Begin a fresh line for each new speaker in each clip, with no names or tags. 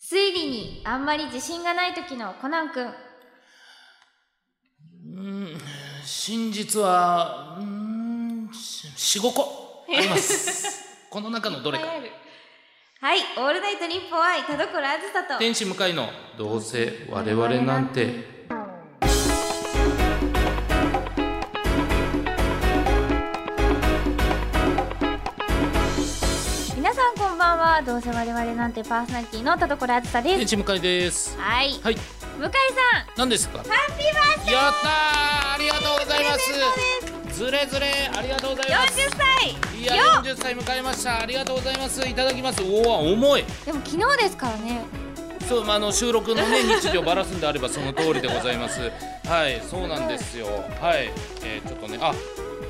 推理にあんまり自信がない時のコナン君
うん真実はうん45個ありますこの中のどれか
はい「オールナイトニッポン愛田所あずさと」
天使向かいのどうせ我々なんて
皆さんこんばんはどうせ我々なんてパーソナリティの田所あずさで
天
す
使向かいです
はい向
は
井さ
い
ん
何ですか
ハッピーバースデー
やったーありがとうございますずれずれありがとうございます
40歳
いや
よ
40歳迎えましたありがとうございますいただきますおお重い
でも昨日ですからね
そうまああの収録のね 日時をばらすんであればその通りでございますはいそうなんですよはい、えーちょっとねあ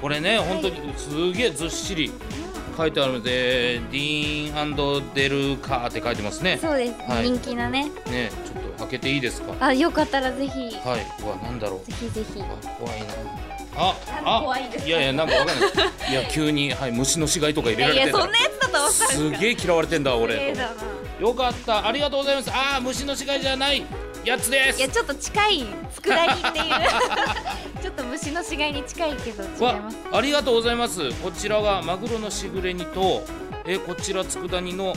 これね本当にすげえずっしり書いてあるのでディーンデルカーって書いてますね
そうです、
はい
人気なね
ねちょっと開けていいですかは
あよかったらぜひぜ
いうわなんだろう
ひぜひ
あ怖いなあ
あ怖いです
いやいやなんかわかんないいや急にはい虫の死骸とか入
い
れら
や
れ
い
て
や
た
そんなやつだと思ったんです
す
か
げえ嫌われてんだ
綺
俺
麗だな
よかったありがとうございますああ虫の死骸じゃないやつで
いや
す
ちょっと近い佃煮っていう ちょっと虫の死骸に近いけど違
わ
います
ありがとうございますこちらがマグロのしぐれ煮とえこちら佃煮の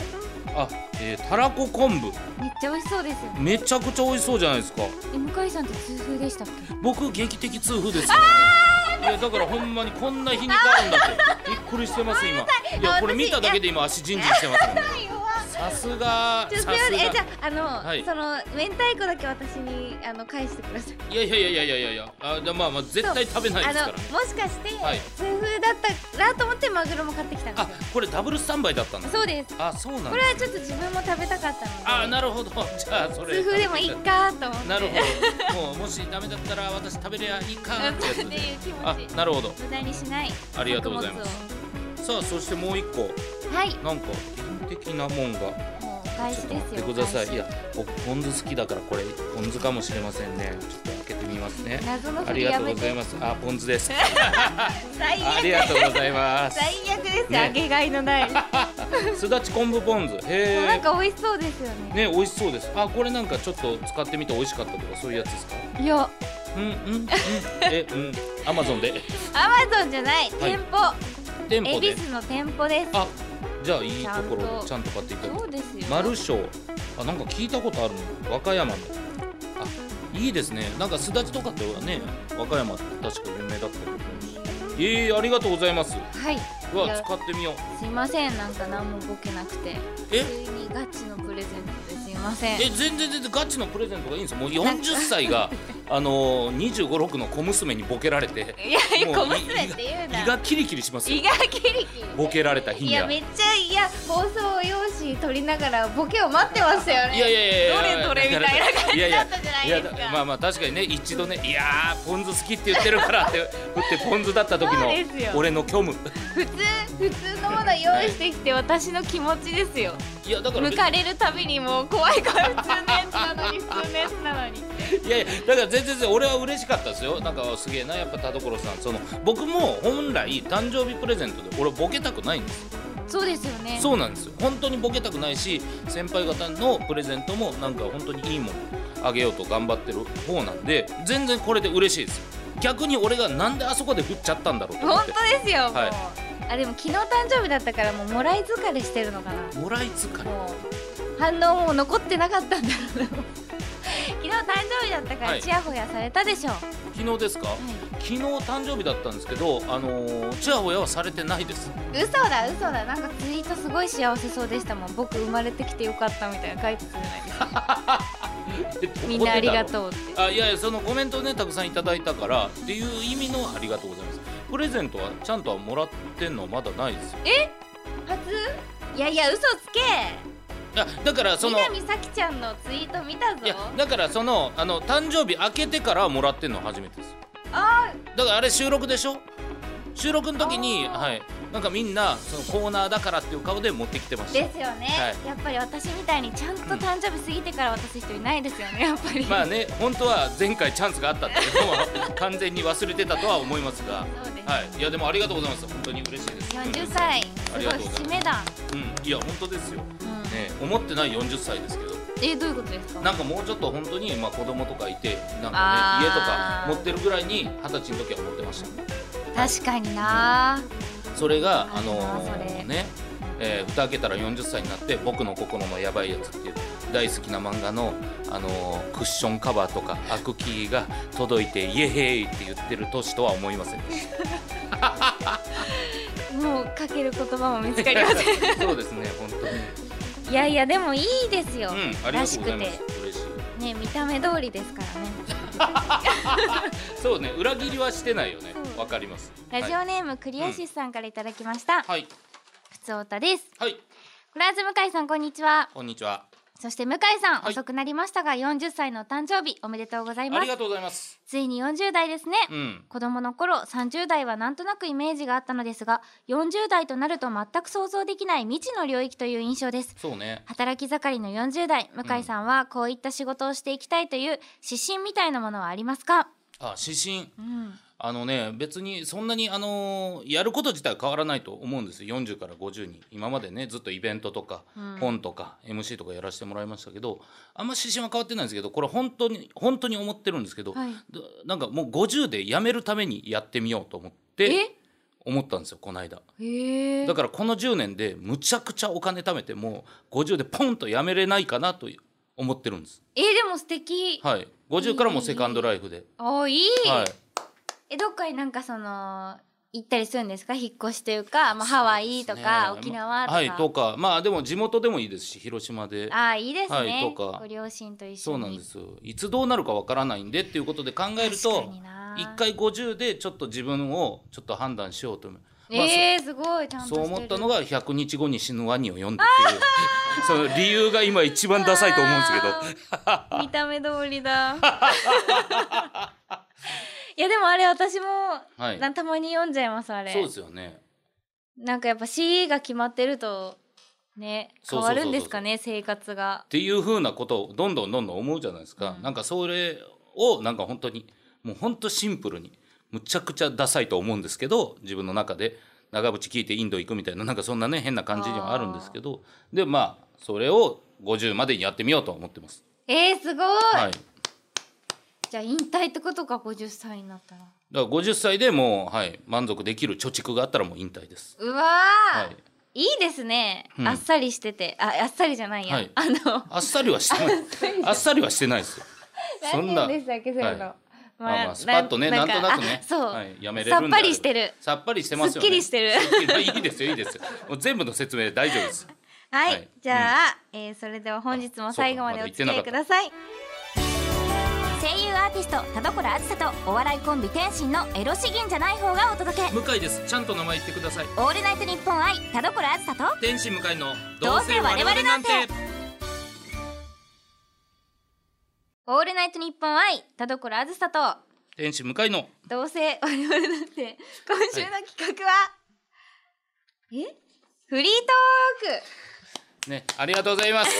あ、えーたらこ昆布
めっちゃ美味しそうですよ
めちゃくちゃ美味しそうじゃないですか
え向井さんって痛風でしたっけ
僕劇的痛風ですよいやだからほんまにこんな日に変わるんだってびっくりしてます今い
あ
や
私
これ見ただけで今足ジンジンしてますもんねさすが
ちょっとすいま
さ
すせんえじゃ
が
ああの、
はい
その明太子だけ私にあの返してください
いやいやいやいやいやいやあでまあまあ絶対食べないですから
あのもしかして、
はい
痛風だったらと思ってマグロも買ってきたんで
あこれダブルスタンバイだったんだ
すよそうです
あそうなんだ
これはちょっと自分も食べたかったので
あなるほどじゃあそれ
痛風でもいいかと思って
なるほどもうもしダメだったら私食べりゃいいか
うん
ってやつ
っていう気
あ
持ち
なるほど
無駄にしない
ありがとうございます
作
さあそしてもう一個
物をはい
なんか金的なもんが
もうお返
ちょ
し
っと
で
待っ
す
て
よ
くださ
お返
い
し
いや僕ポン酢好きだからこれポン酢かもしれませんねちょっと開けてみますね
謎の
あ
振
り
り
が
や
とうご
め
ざい
て
ますあポン酢です
最
あ
悪
りがとうございます
最悪ですよ、
ね
揚げがいの ない
すだち昆布ポン酢
な
へ
んか美味しそうですよね
えね美味しそうですあこれなんかちょっと使ってみて美味しかったとかそういうやつですか
いや
うんうん うんえうんアマゾンで
アマゾンじゃない店舗、
店舗
恵
で
比寿の店舗です
あじゃあいい
ち
とこ
ゃん
ろ
と
ちゃんと買っていただ
そう
く
ですよ
マルショーあなんか聞いたことあるの和歌山のあいいですねなんかすだちとかってね和歌山って確か有名だったと思うしええありがとうございます
はいうい
わ
や
使ってみよう
すいませんなんか何もボケなくて
え
急にガチのプレゼントですいません
え全然全然ガチのプレゼントがいいんですよもう40歳 があのー、2 5 6の小娘にボケられて
いや
も
小
う
娘って言う
胃
な
がキリキリしますよ
胃がキリキリ
ボケられた日
い
に
や
は
めっちゃいや放送用紙取りながらボケを待ってましたよね
いやいやいやいや
どれどれみたいな感じだったじゃないですか
ややまあまあ確かにね一度ねいやーポン酢好きって言ってるからって振ってポン酢だった時の
そうですよ
俺の虚無
普通普通のもの用意してきて私の気持ちですよ
いやだから
抜
別
かれるたびにもう怖いから普通のやつなのに普通のやつなのに
いやいやだから全然全然俺は嬉しかったですよなんかすげえなやっぱ田所さんその僕も本来誕生日プレゼントで俺ボケたくないんですよ
そうですよね
そうなんですよ本当にボケたくないし先輩方のプレゼントもなんか本当にいいものあげようと頑張ってる方なんで全然これで嬉しいですよ逆に俺がなんであそこで振っちゃったんだろうと思っ
本
て
当ですよもう、
はい
あでも昨日誕生日だったからもうもらい疲れしてるのかな
もらい疲れ
もう反応も残ってなかったんだろうな 昨日誕生日だったか
は
ら
い
ちやほやされたでしょう、は
昨日ですか昨日誕生日だったんですけどあのー、チヤホヤはされてないです
い、嘘だ嘘だなんかツイートすごい幸せそうでしたもん僕生まれてきてよかったみたいな書いてたじゃないです かみんなありが
う
とうって
あいやいやそのコメントをねたくさんいただいたからっていう意味のありがとうございますプレゼントはちゃんとはもらってんのまだないですよ
初いやいや嘘つけ
いやだからそのい
南咲ちゃんのツイート見たぞ
やだからそのあの誕生日明けてからもらってんの初めてです
あ
だからあれ収録でしょ収録の時に
あー
はいなんかみんなそのコーナーだからっていう顔で持ってきてました
ですよね、
はい
やっぱり私みたいにちゃんと誕生日過ぎてから渡す人いないですよねやっぱり、
まあね本当は前回チャンスがあったっていうのは完全に忘れてたとは思いますが
そうです、
はいいやでもありがとうございます本当に嬉しいです
40歳す
あり
ご
が
い
とうございます
節目だ、
うんいや本当ですよね
うん
思ってない40歳ですけど
えどういうことですか
なんかもうちょっと本当にまあ子供とかいてなんか
あ
ね
ー
家とか持ってるぐらいに二十歳の時は持ってました
確かにな
それがあ
あ
の
の
ー
それ
ねえー蓋開けたら40歳になって「僕の心のやばいやつ」っていう大好きな漫画の、あのークッションカバーとかアクキーが届いて「イエヘイ!」って言ってる年とは思いませんでし
もうかける言葉も見つかりませ
た そうですね本当に
んいやいやでもいいですよ、
うんありが
ら
と
し
う
く
ござ
て
います嬉しい
ね見た目通りですからね
そうね裏切りはしてないよね
そう
わかります
ラジ
は
オ
い
ネームクリアシスさんからいただきました、
はい、
ふつおたです
はい、
フランス向井さんこんにちは
こんにちは
そして向井さん、
はい
遅くなりましたが40歳のお誕生日おめでとうござい
あ
ま
り
す
がとうございます
ついに40代ですね、
うん
子供の頃30代はなんとなくイメージがあったのですが40代となると全く想像できない未知の領域という印象です
そうね
働き盛りの40代向井さんはこういった仕事をしていきたいという指針みたいなものはありますか、
あ指針
うん、
あのね別にそんなにあのーやること自体変わらないと思うんですよ40から50に今までねずっとイベントとか、
うん
本とか MC とかやらせてもらいましたけどあんま指針は変わってないんですけどこれ本当に本当に思ってるんですけど、
はい
どなんかもう50でやめるためにやってみようと思って思ったんですよこの間。
へえ
だからこの10年でむちゃくちゃお金貯めてもう50でポンとやめれないかなと思ってるんです。
えでも素敵
はい、50からもうセカンドライフで。
おいい、
はい、
えどっかになんかその行ったりするんですか引っ越しというか、まあ、ハワイとか、
ね
沖縄とか、
はい、とかまあでも地元でもいいですし広島で
ああいいですね、
はいとか
ご両親と一緒に
そうなんですよいつどうなるかわからないんでっていうことで考えると1回50でちょっと自分をちょっと判断しようと思う、まあそ
えー、すごいちゃんとして
そう
る
思ったのが100日後に死ぬワニを読んでっていうその理由が今一番ダサいと思うんですけど
あー見た目通りだいやでもあれ私も、
はい
なたまに読んじゃいますあれ
そうですよね
なんかやっぱ CE が決まってるとね
そ
変
うそ
わ
うそうそう
るんですかね生活が
っていうふうなことをどんどんどんどん思うじゃないですか、
うん
なんかそれをなんか本当にもう本当シンプルにむちゃくちゃダサいと思うんですけど自分の中で長渕聞いてインド行くみたいななんかそんなね変な感じにはあるんですけどでまあそれを50までにやってみようと思ってます。
えー、すごい、
はい
じゃあ引退ってことか50歳になったら
だから50歳でもう、はい、満足できる貯蓄があったらもう引退です。
うわー、
はい
い、いですね、
うん
あっさりしててああっさりじゃないや、
はい
あの
あっさり はしてない。あっさりはしてないですよ。そんな
何年でしたっけそういうの、
はい
ま
まあまあスパッとねなんとなくね
あそう、
はい、やめれるん
さ
であれ
っ
ば
ぱりしてる
さっぱりしてますよね
すっきりしてる
すっき りいいですよいいですよもう全部の説明で大丈夫です
はい、
はい
じゃあ、えーそれでは本日も最後までお付き合いください、声優アーティスト田所あずさとお笑いコンビ天心のエロ資源じゃない方がお届け
向井ですちゃんと名前言ってください
オールナイトニッポン愛田所あずさと
天使向井の
どうせ我々なんてオールナイトニッポン愛田所あずさと
天使向井の
どうせ我々なんて今週の企画は、えフリートーク
ねありがとうござい ます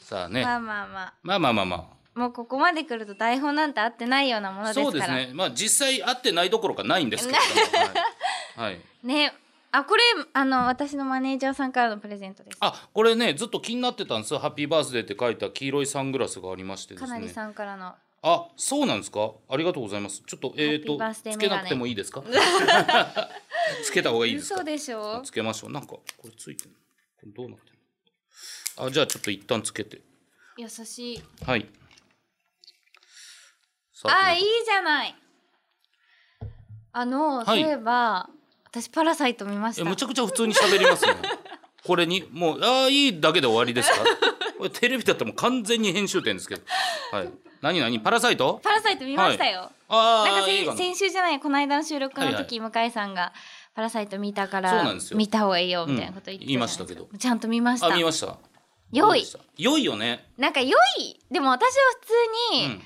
さあね
まあまあまあ
まあまあまあま
もうここまで来ると台本なんて合ってないようなもの
あ
ですから
そうですねまあ実際会ってないどころかないんですけれ どもはい、はい、
ねあこれあの私のマネージャーさんからのプレゼントです
あこれねずっと気になってたんですよハッピーバースデーって書いた黄色いサングラスがありましてです
か
ね
なりさんからの
あ、そうなんですか。ありがとうございます。ちょっと、え
ハッ
っ、
ピーバー
と
スデー
つ
メ
け
ガネ
なくてもい いですか。つけた方がいいですか
嘘。でしょ
つけましょう。なんかこれついてる。これどうなってるの。あ、じゃあちょっと一旦つけて。
優しい
はい。さ
あいいじゃないあの、
はい
そういえば私パラサイト見まし
え、
た
むちゃくちゃ普通に喋りま すね。これにもうあーいいだけで終わりですか。これテレビだったらもう完全に編集点ですけど。はい。何何パラサイト？
パラサイト見ましたよ、
あ
なんか
あ、映
先
画の。
先週じゃないこの間の収録の時、向井さんが「パラサイト見たから
そうなんですよ
見た方がいいよ」みたいなこと言ってたじゃないですか
うん言いましたけ
ちゃんと見ました
あ、見ました。
良
どう
い
でした。良いよね。
なんか良いでも私は普通
う
に、
ん。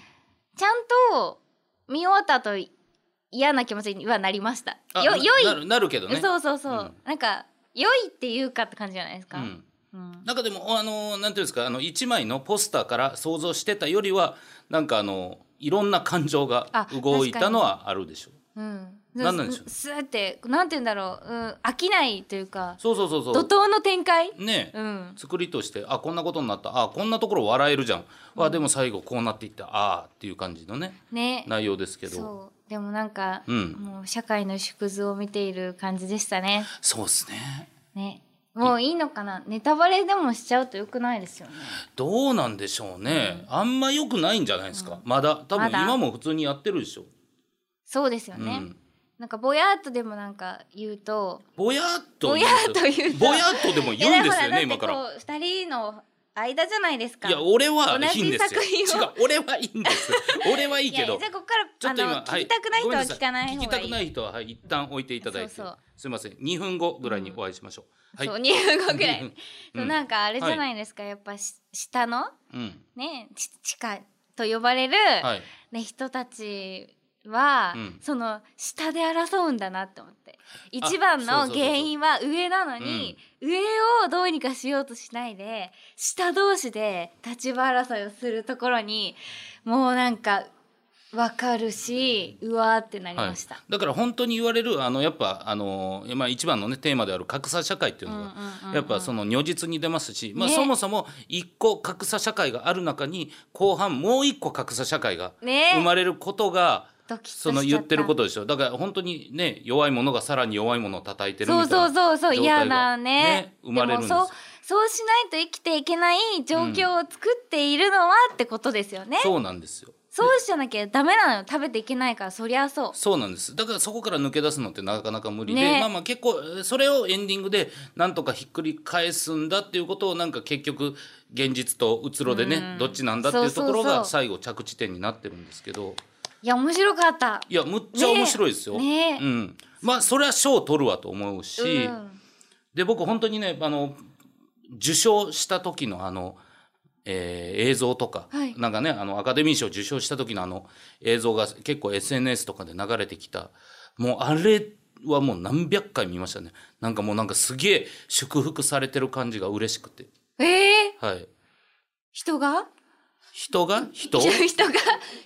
ちゃんと見終わった後嫌な気持ちにはなりました。
あ
よ
な
良い
なるなるけどね。
そうそうそう、
うん
なんか良いっていうかって感じじゃないですか。
うん
うん
なんかでもあのなんていうんですかあの一枚のポスターから想像してたよりはなんかあのいろんな感情が
あ
動いたのはあるでしょう。
うん
何なんでしょう
スーってなんて言うんだろう、うん、飽きないというか
そうそうそうそ
怒
う
涛の展開、
ねえ、
うん
作りとしてあこんなことになったあこんなところ笑えるじゃん、あでも最後こうなっていったあーっていう感じのね
ね
内容ですけどそう
そうでもなんか、
うん
もう社会の縮図を見ている感じでしたね
ですね
ねもういいのかなネタバレでもしちゃうとよくないですよね
どうなんでしょうね、あんま良くないんじゃないですか、まだ多分
まだ
今も普通にやってるでしょ、
そうですよね、
うん
なんかぼやっとでもなんか言うと
ぼやっと
ぼやっと言うと
ぼやっとでも言うんです
いや
よね
だ
今
か
からら
だってこう二人の間じゃないですか
いや俺はい
同じ
いんですよ
作品を
違う俺はいいんです俺はいいけど
やじゃあここから
ちょっと今
あの聞きたくない人は聞かない
ごめん
方が
さ聞きた
い
く
い
ない人ははい一旦置いていただいて
そうそう
すみません2分後ぐらいにお会いしましょう、
そ
は
う
い
25ぐらい、
うん
そうなんかあれじゃないですか、やっぱし下の
うん
ねち地下と呼ばれる、
はい
ね、人たちは、
うん
その下で争うんだなって思って
あ
一番
そうそう
の
そうそう
原因は上なのに、上をどうにかしようとしないで下同士で立場争いをするところにもうなんか分かるしうわーってなり
は
ま
い
した。、
だから本当に言われるあのやっぱあの、まあ、一番の、ね、テーマである格差社会っていうのが、
うんうんうんうん
やっぱその如実に出ますし、まあ、
ね
そもそも一個格差社会がある中に後半もう一個格差社会が
ね
生まれることが、
ドキッとしちゃ
そ
った
の言ってることでしょだから本当にね弱いものがさらに弱いものを叩いてるみ
そ
た
う
いな
そうそうそう
状態が
嫌だね
ね生まれるんです
でもそうそうしないと生きていけない状況を作っているのはってことですよね、
そうなんですよ
そうじゃなきゃダメなのよ食べていけないからそりゃそう
そうなんですだからそこから抜け出すのってなかなか無理で、
ね
まあまあ結構えーそれをエンディングでなんとかひっくり返すんだっていうことをなんか結局現実とうつろでね、
うん
どっちなんだっていうとこ
そ
ろ
うそうそう
が最後着地点になってるんですけど
いや面白かった
いやむっちゃ
ね
面白いですよ。
ね
うん、まあそれは賞を取るわと思うし、
うん
で僕本当にねあの受賞した時のあの、えー映像とか、
はい
なんかねあのアカデミー賞受賞した時のあの映像が結構 SNS とかで流れてきたもうあれはもう何百回見ましたねなんかもうなんかすげえ祝福されてる感じが嬉しくて
えー、
はい
人が
人が人
人が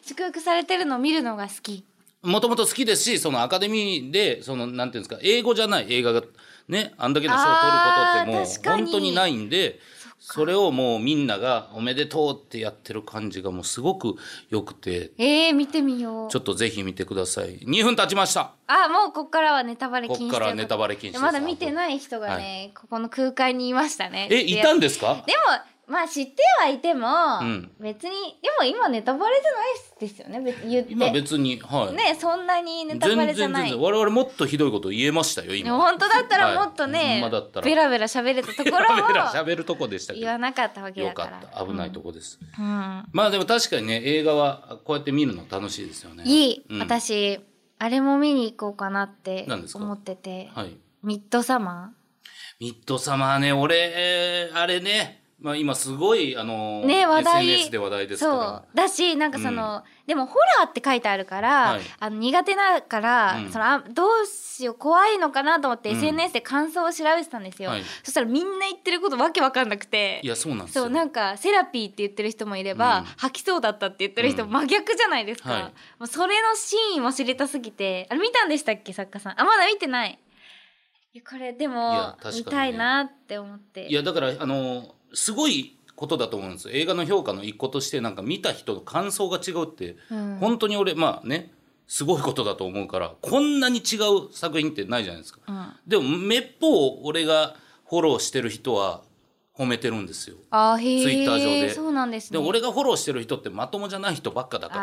祝福されてるのを見るのが好き
もともと好きですしそのアカデミーでそのなんていうんですか英語じゃない映画がねあんだけの賞を取ることって
あー確か
もう
に
本当にないんでそれをもうみんなが「おめでとう」ってやってる感じがもうすごく良くて
えー、見てみよう
ちょっとぜひ見てください2分経ちました
あもうここからはネタバレ禁止
こっからネタバレ禁止です
まだ見てない人がね、ここの空間にいましたね
えいたんですか
でもまあ知ってはいても、
ん
別にでも今ネタバレじゃないですよね別に言って
今別にはい、
ねそんなにネ
全
タバ
然
レじゃ
全
ない
然我々もっとひどいこと言えました
で
よ
も
今
本当だったら
はい
もっと
ほん
ね、
まだったら
ベラベラ喋れたところ
カメラ
を
喋るとこでしたけ
言
ど
わなかったわけ
よ
だか
からった危ないとこです、
うん、
まあでも確かにね映画はこうやって見るの楽しいですよね
いい、
うん
私あれも見に行こうかなって
何ですか
思ってて、
はい
ミッドサマ
ミッドサマーね、俺、えーあれね、まあ今すごい、あのー、
ね話題
SNS で話題です
そ
か
うだしなんかその、でもホラーって書いてあるから、
はい
あの苦手だから、
うん
そのあどうしよう怖いのかなと思って、
うん
SNS で感想を調べてたんですよ、
はい
そしたらみんな言ってることわけわかんなくて
ら。いや、そうなんですよ。
そうなんかセラピーって言ってる人もいれば、
うん
吐きそうだったって言ってる人
うん
も真逆じゃないですか、
はい
もうそれのシーンを知りたすぎてあれ見たんでしたっけ作家さんあまだ見てないいやこれで
い
も
や確かにね
見たいなって思って
いや、だから、あのーすごいことだと思うんですよ。映画の評価の一個として、なんか見た人の感想が違うって、
うん
本当に俺、まあね、すごいことだと思うから、こんなに違う作品ってないじゃないですか。
うん
でも、めっぽう俺がフォローしてる人は褒めてるんですよ。
あーへえ
Twitter 上で
そうなんです
で、
ね
俺がフォローしてる人ってまともじゃない人ばっかだから、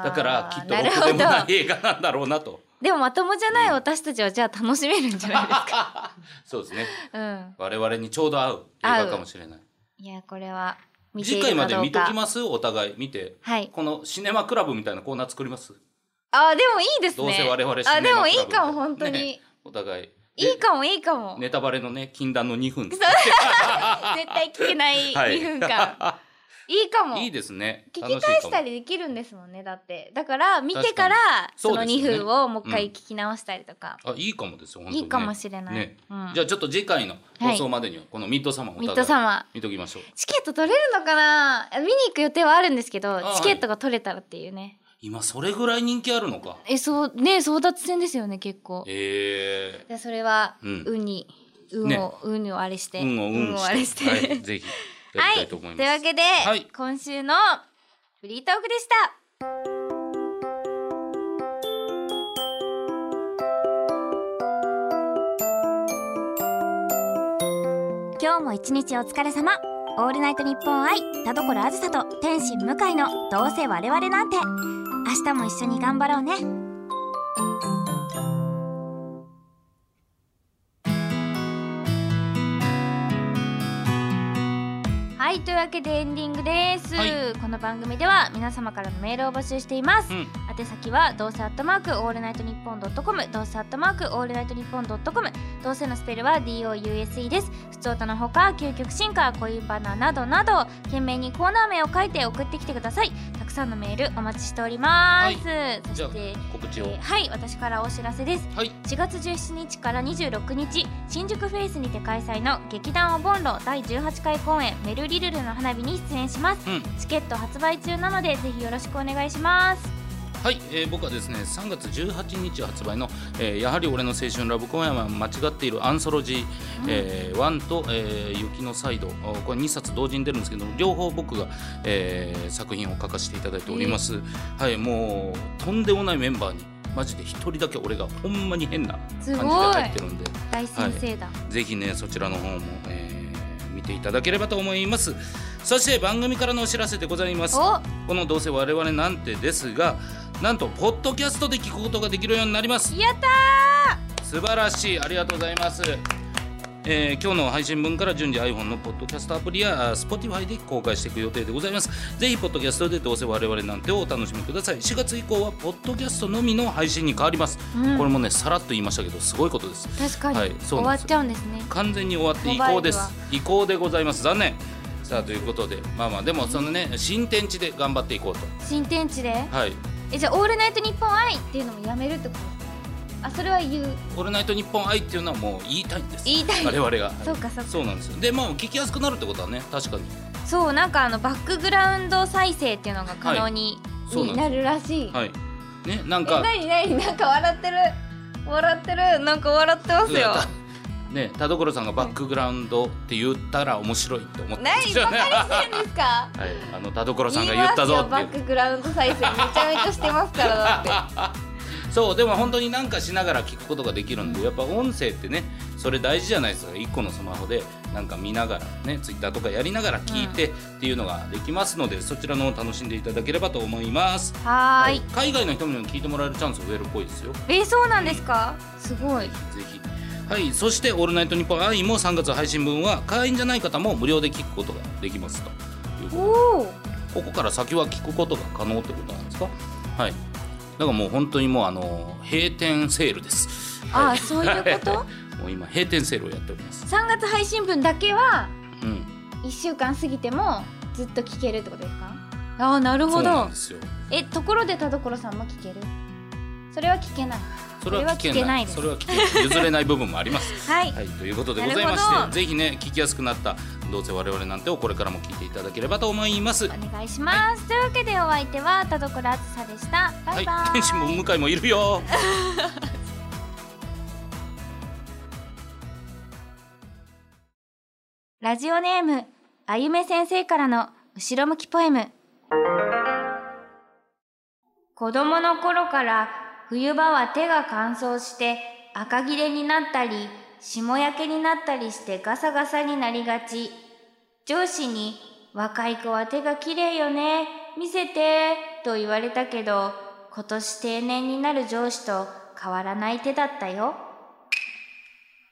あー
だからきっと
な
ろ
る
くで
ほ
も
ど
ない映画なんだろうなと。
でもまともじゃない私たちはじゃあ楽しめるんじゃないですか、
そうですね。
うん、
我々にちょうど合う映
合う
画かもしれない。
いやこれは見てい
次
る
回ま
か
で
どう
見と
か
きますお互い見て。
はい
このシネマクラブみたいなコーナー作ります。
あーでもいいですね
どうせ我々シネマクラブ
あでもいいかも本当に、
ねお互い。
いいかもいいかも、
ネタバレのね禁断の2分。
絶対聞けない
はい
2分間、い、いかも
いいですね。
聞き
楽しいか
返
も
したりできるんですもんねだってだから見て
確
か
からに
そ
そ
の
うです
2
よね
分をもう一回聞き直したりとか、
あいいかもですよ本当に、ね。
いいかもしれない
ね
うん
じゃあちょっと次回の放送までにはこのミッドサマーをお
ミッ
互
ド
い
サマー
見ときましょう。
チケット取れるのかな見に行く予定はあるんですけど
あ
チケットが取れたらっていうね、
今それぐらい人気あるのか
えそうね争奪戦ですよね結構
え
じゃあそれは、
うん
運に運を、
ね
運をあれして
えー、運を運
あれしては
はいい、ぜひやりたい
と
と思います、
いうわけで、
はい
今週のフリートークでした
今日も一日お疲れ様オールナイトニッポン愛田所あずさと天心向井のどうせ我々なんて明日も一緒に頑張ろうね
はいというわけでエンディングです、
はい
この番組では皆様からのメールを募集しています、
うん
宛先はどうせアットマークオールナイトニッポンドットコムどうせアットマークオールナイトニッポンドットコムどうせのスペルは DOUSE です普通歌のほか究極進化恋バナなどなど懸命にコーナー名を書いて送ってきてくださいたくさんのメールお待ちしております、そ
じゃあ
して
告知
え
を
ーはい私からお知らせです
はい
4月17日から26日新宿フェイスにて開催の劇団おぼんろ第18回公演「メルリルルの花火」に出演します
うん
チケット発売中なのでぜひよろしくお願いします
はい、えー僕はですね3月18日発売の、えーやはり俺の青春ラブコメは間違っているアンソロジー、えー1と、えー雪のサイドおこれ2冊同時に出るんですけども両方僕が、えー作品を書かせていただいております、はいもうとんでもないメンバーにマジで一人だけ俺がほんまに変な感じ
す
で
ごい
書いてるんで
大先生だ、
ぜひねそちらの方も、えー見ていただければと思いますそして番組からのお知らせでございますこの「どうせ我々なんて」ですがなんとポッドキャストで聞くことができるようになります
おやった
素晴らしいありがとうございます、えー今日の配信分から順次 iPhone のポッドキャストアプリやあー Spotify で公開していく予定でございますぜひポッドキャストでどうせ我々なんてをお楽しみください4月以降はポッドキャストのみの配信に変わります、
うん
これもねさらっと言いましたけどすごいことです
確かに、
はい
終
そう
わっ
なんです
ちゃうんですね
完全に終わって移行です
モバ
移行でございます残念さあということでまあまあでもそのね新天地で頑張っていこうと
新天地で
はい
えじゃあ「オールナイトニッポン愛」っていうのもやめるってことあそれは言う
「オールナイトニッポン愛」っていうのはもう言いたいんです
言いたい
我々が
そうかそうか
そうなんですよでまあ聞きやすくなるってことはね確かに
そうなんかあのバックグラウンド再生っていうのが可能に,、
いそうなんです
なるらしい、
はいねなん
え
か
なになになんか笑ってる笑ってるなんか笑ってますよ
ね田所さんがバックグラウンドって言ったら面白いって思ってま
何
す
バ
よ
カにしてんですか
はいあの田所さ
言
ん
い
が言
ま
っ
す
たぞ
よ
っ
バッ
ていう
クグラウンド再生めちゃめちゃしてますから だって
そうでも本当になんかしながら聞くことができるんでやっぱ音声ってねそれ大事じゃないですか一個のスマホでなんか見ながらねツイッターとかやりながら聞いてっていうのができますので、そちらの方を楽しんでいただければと思います
はーい、
海外の人にも聞いてもらえるチャンス増えるっぽいですよぜ
えーそうなんですかすごい
ひはいそして「オールナイトニッポン愛」も3月配信分は会員じゃない方も無料で聞くことができますということ
おお
ここから先は聞くことが可能ってことなんですかはいだからもう本当にもうあの閉店セールです
あ
は
ーそういうこと
もう今閉店セールをやっております
3月配信分だけは
うん
1週間過ぎてもずっと聞けるってことですかああなる
そ
ほ
うなん
ど
ですよ
えところで田所さんも聞けるそれは聞けない
それは聞けない
そ
そ
れ
れは聞けない譲れない部分もあります
はい
はいということでございま
なるほ
し
ど
てぜひね聞きやすくなったどうせ我々なんてをこれからも聞いていただければと思います
お願いします、というわけでお相手は田所あずさでしたバイバイ、
はい、天使も向井もいるよ。
ラジオネームあゆめ先生からの後ろ向きポエム子供の頃から冬場は手が乾燥して赤切れになったり霜焼けになったりしてガサガサになりがち上司に若い子は手が綺麗よね見せてと言われたけど今年定年になる上司と変わらない手だったよ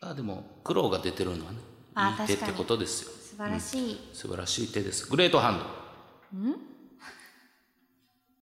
あ、でも苦労が出てるのはね
あ、
いい手っ
確か
て
に
ことですよ。
素晴らしい、
素晴らしい手です。グレートハンド。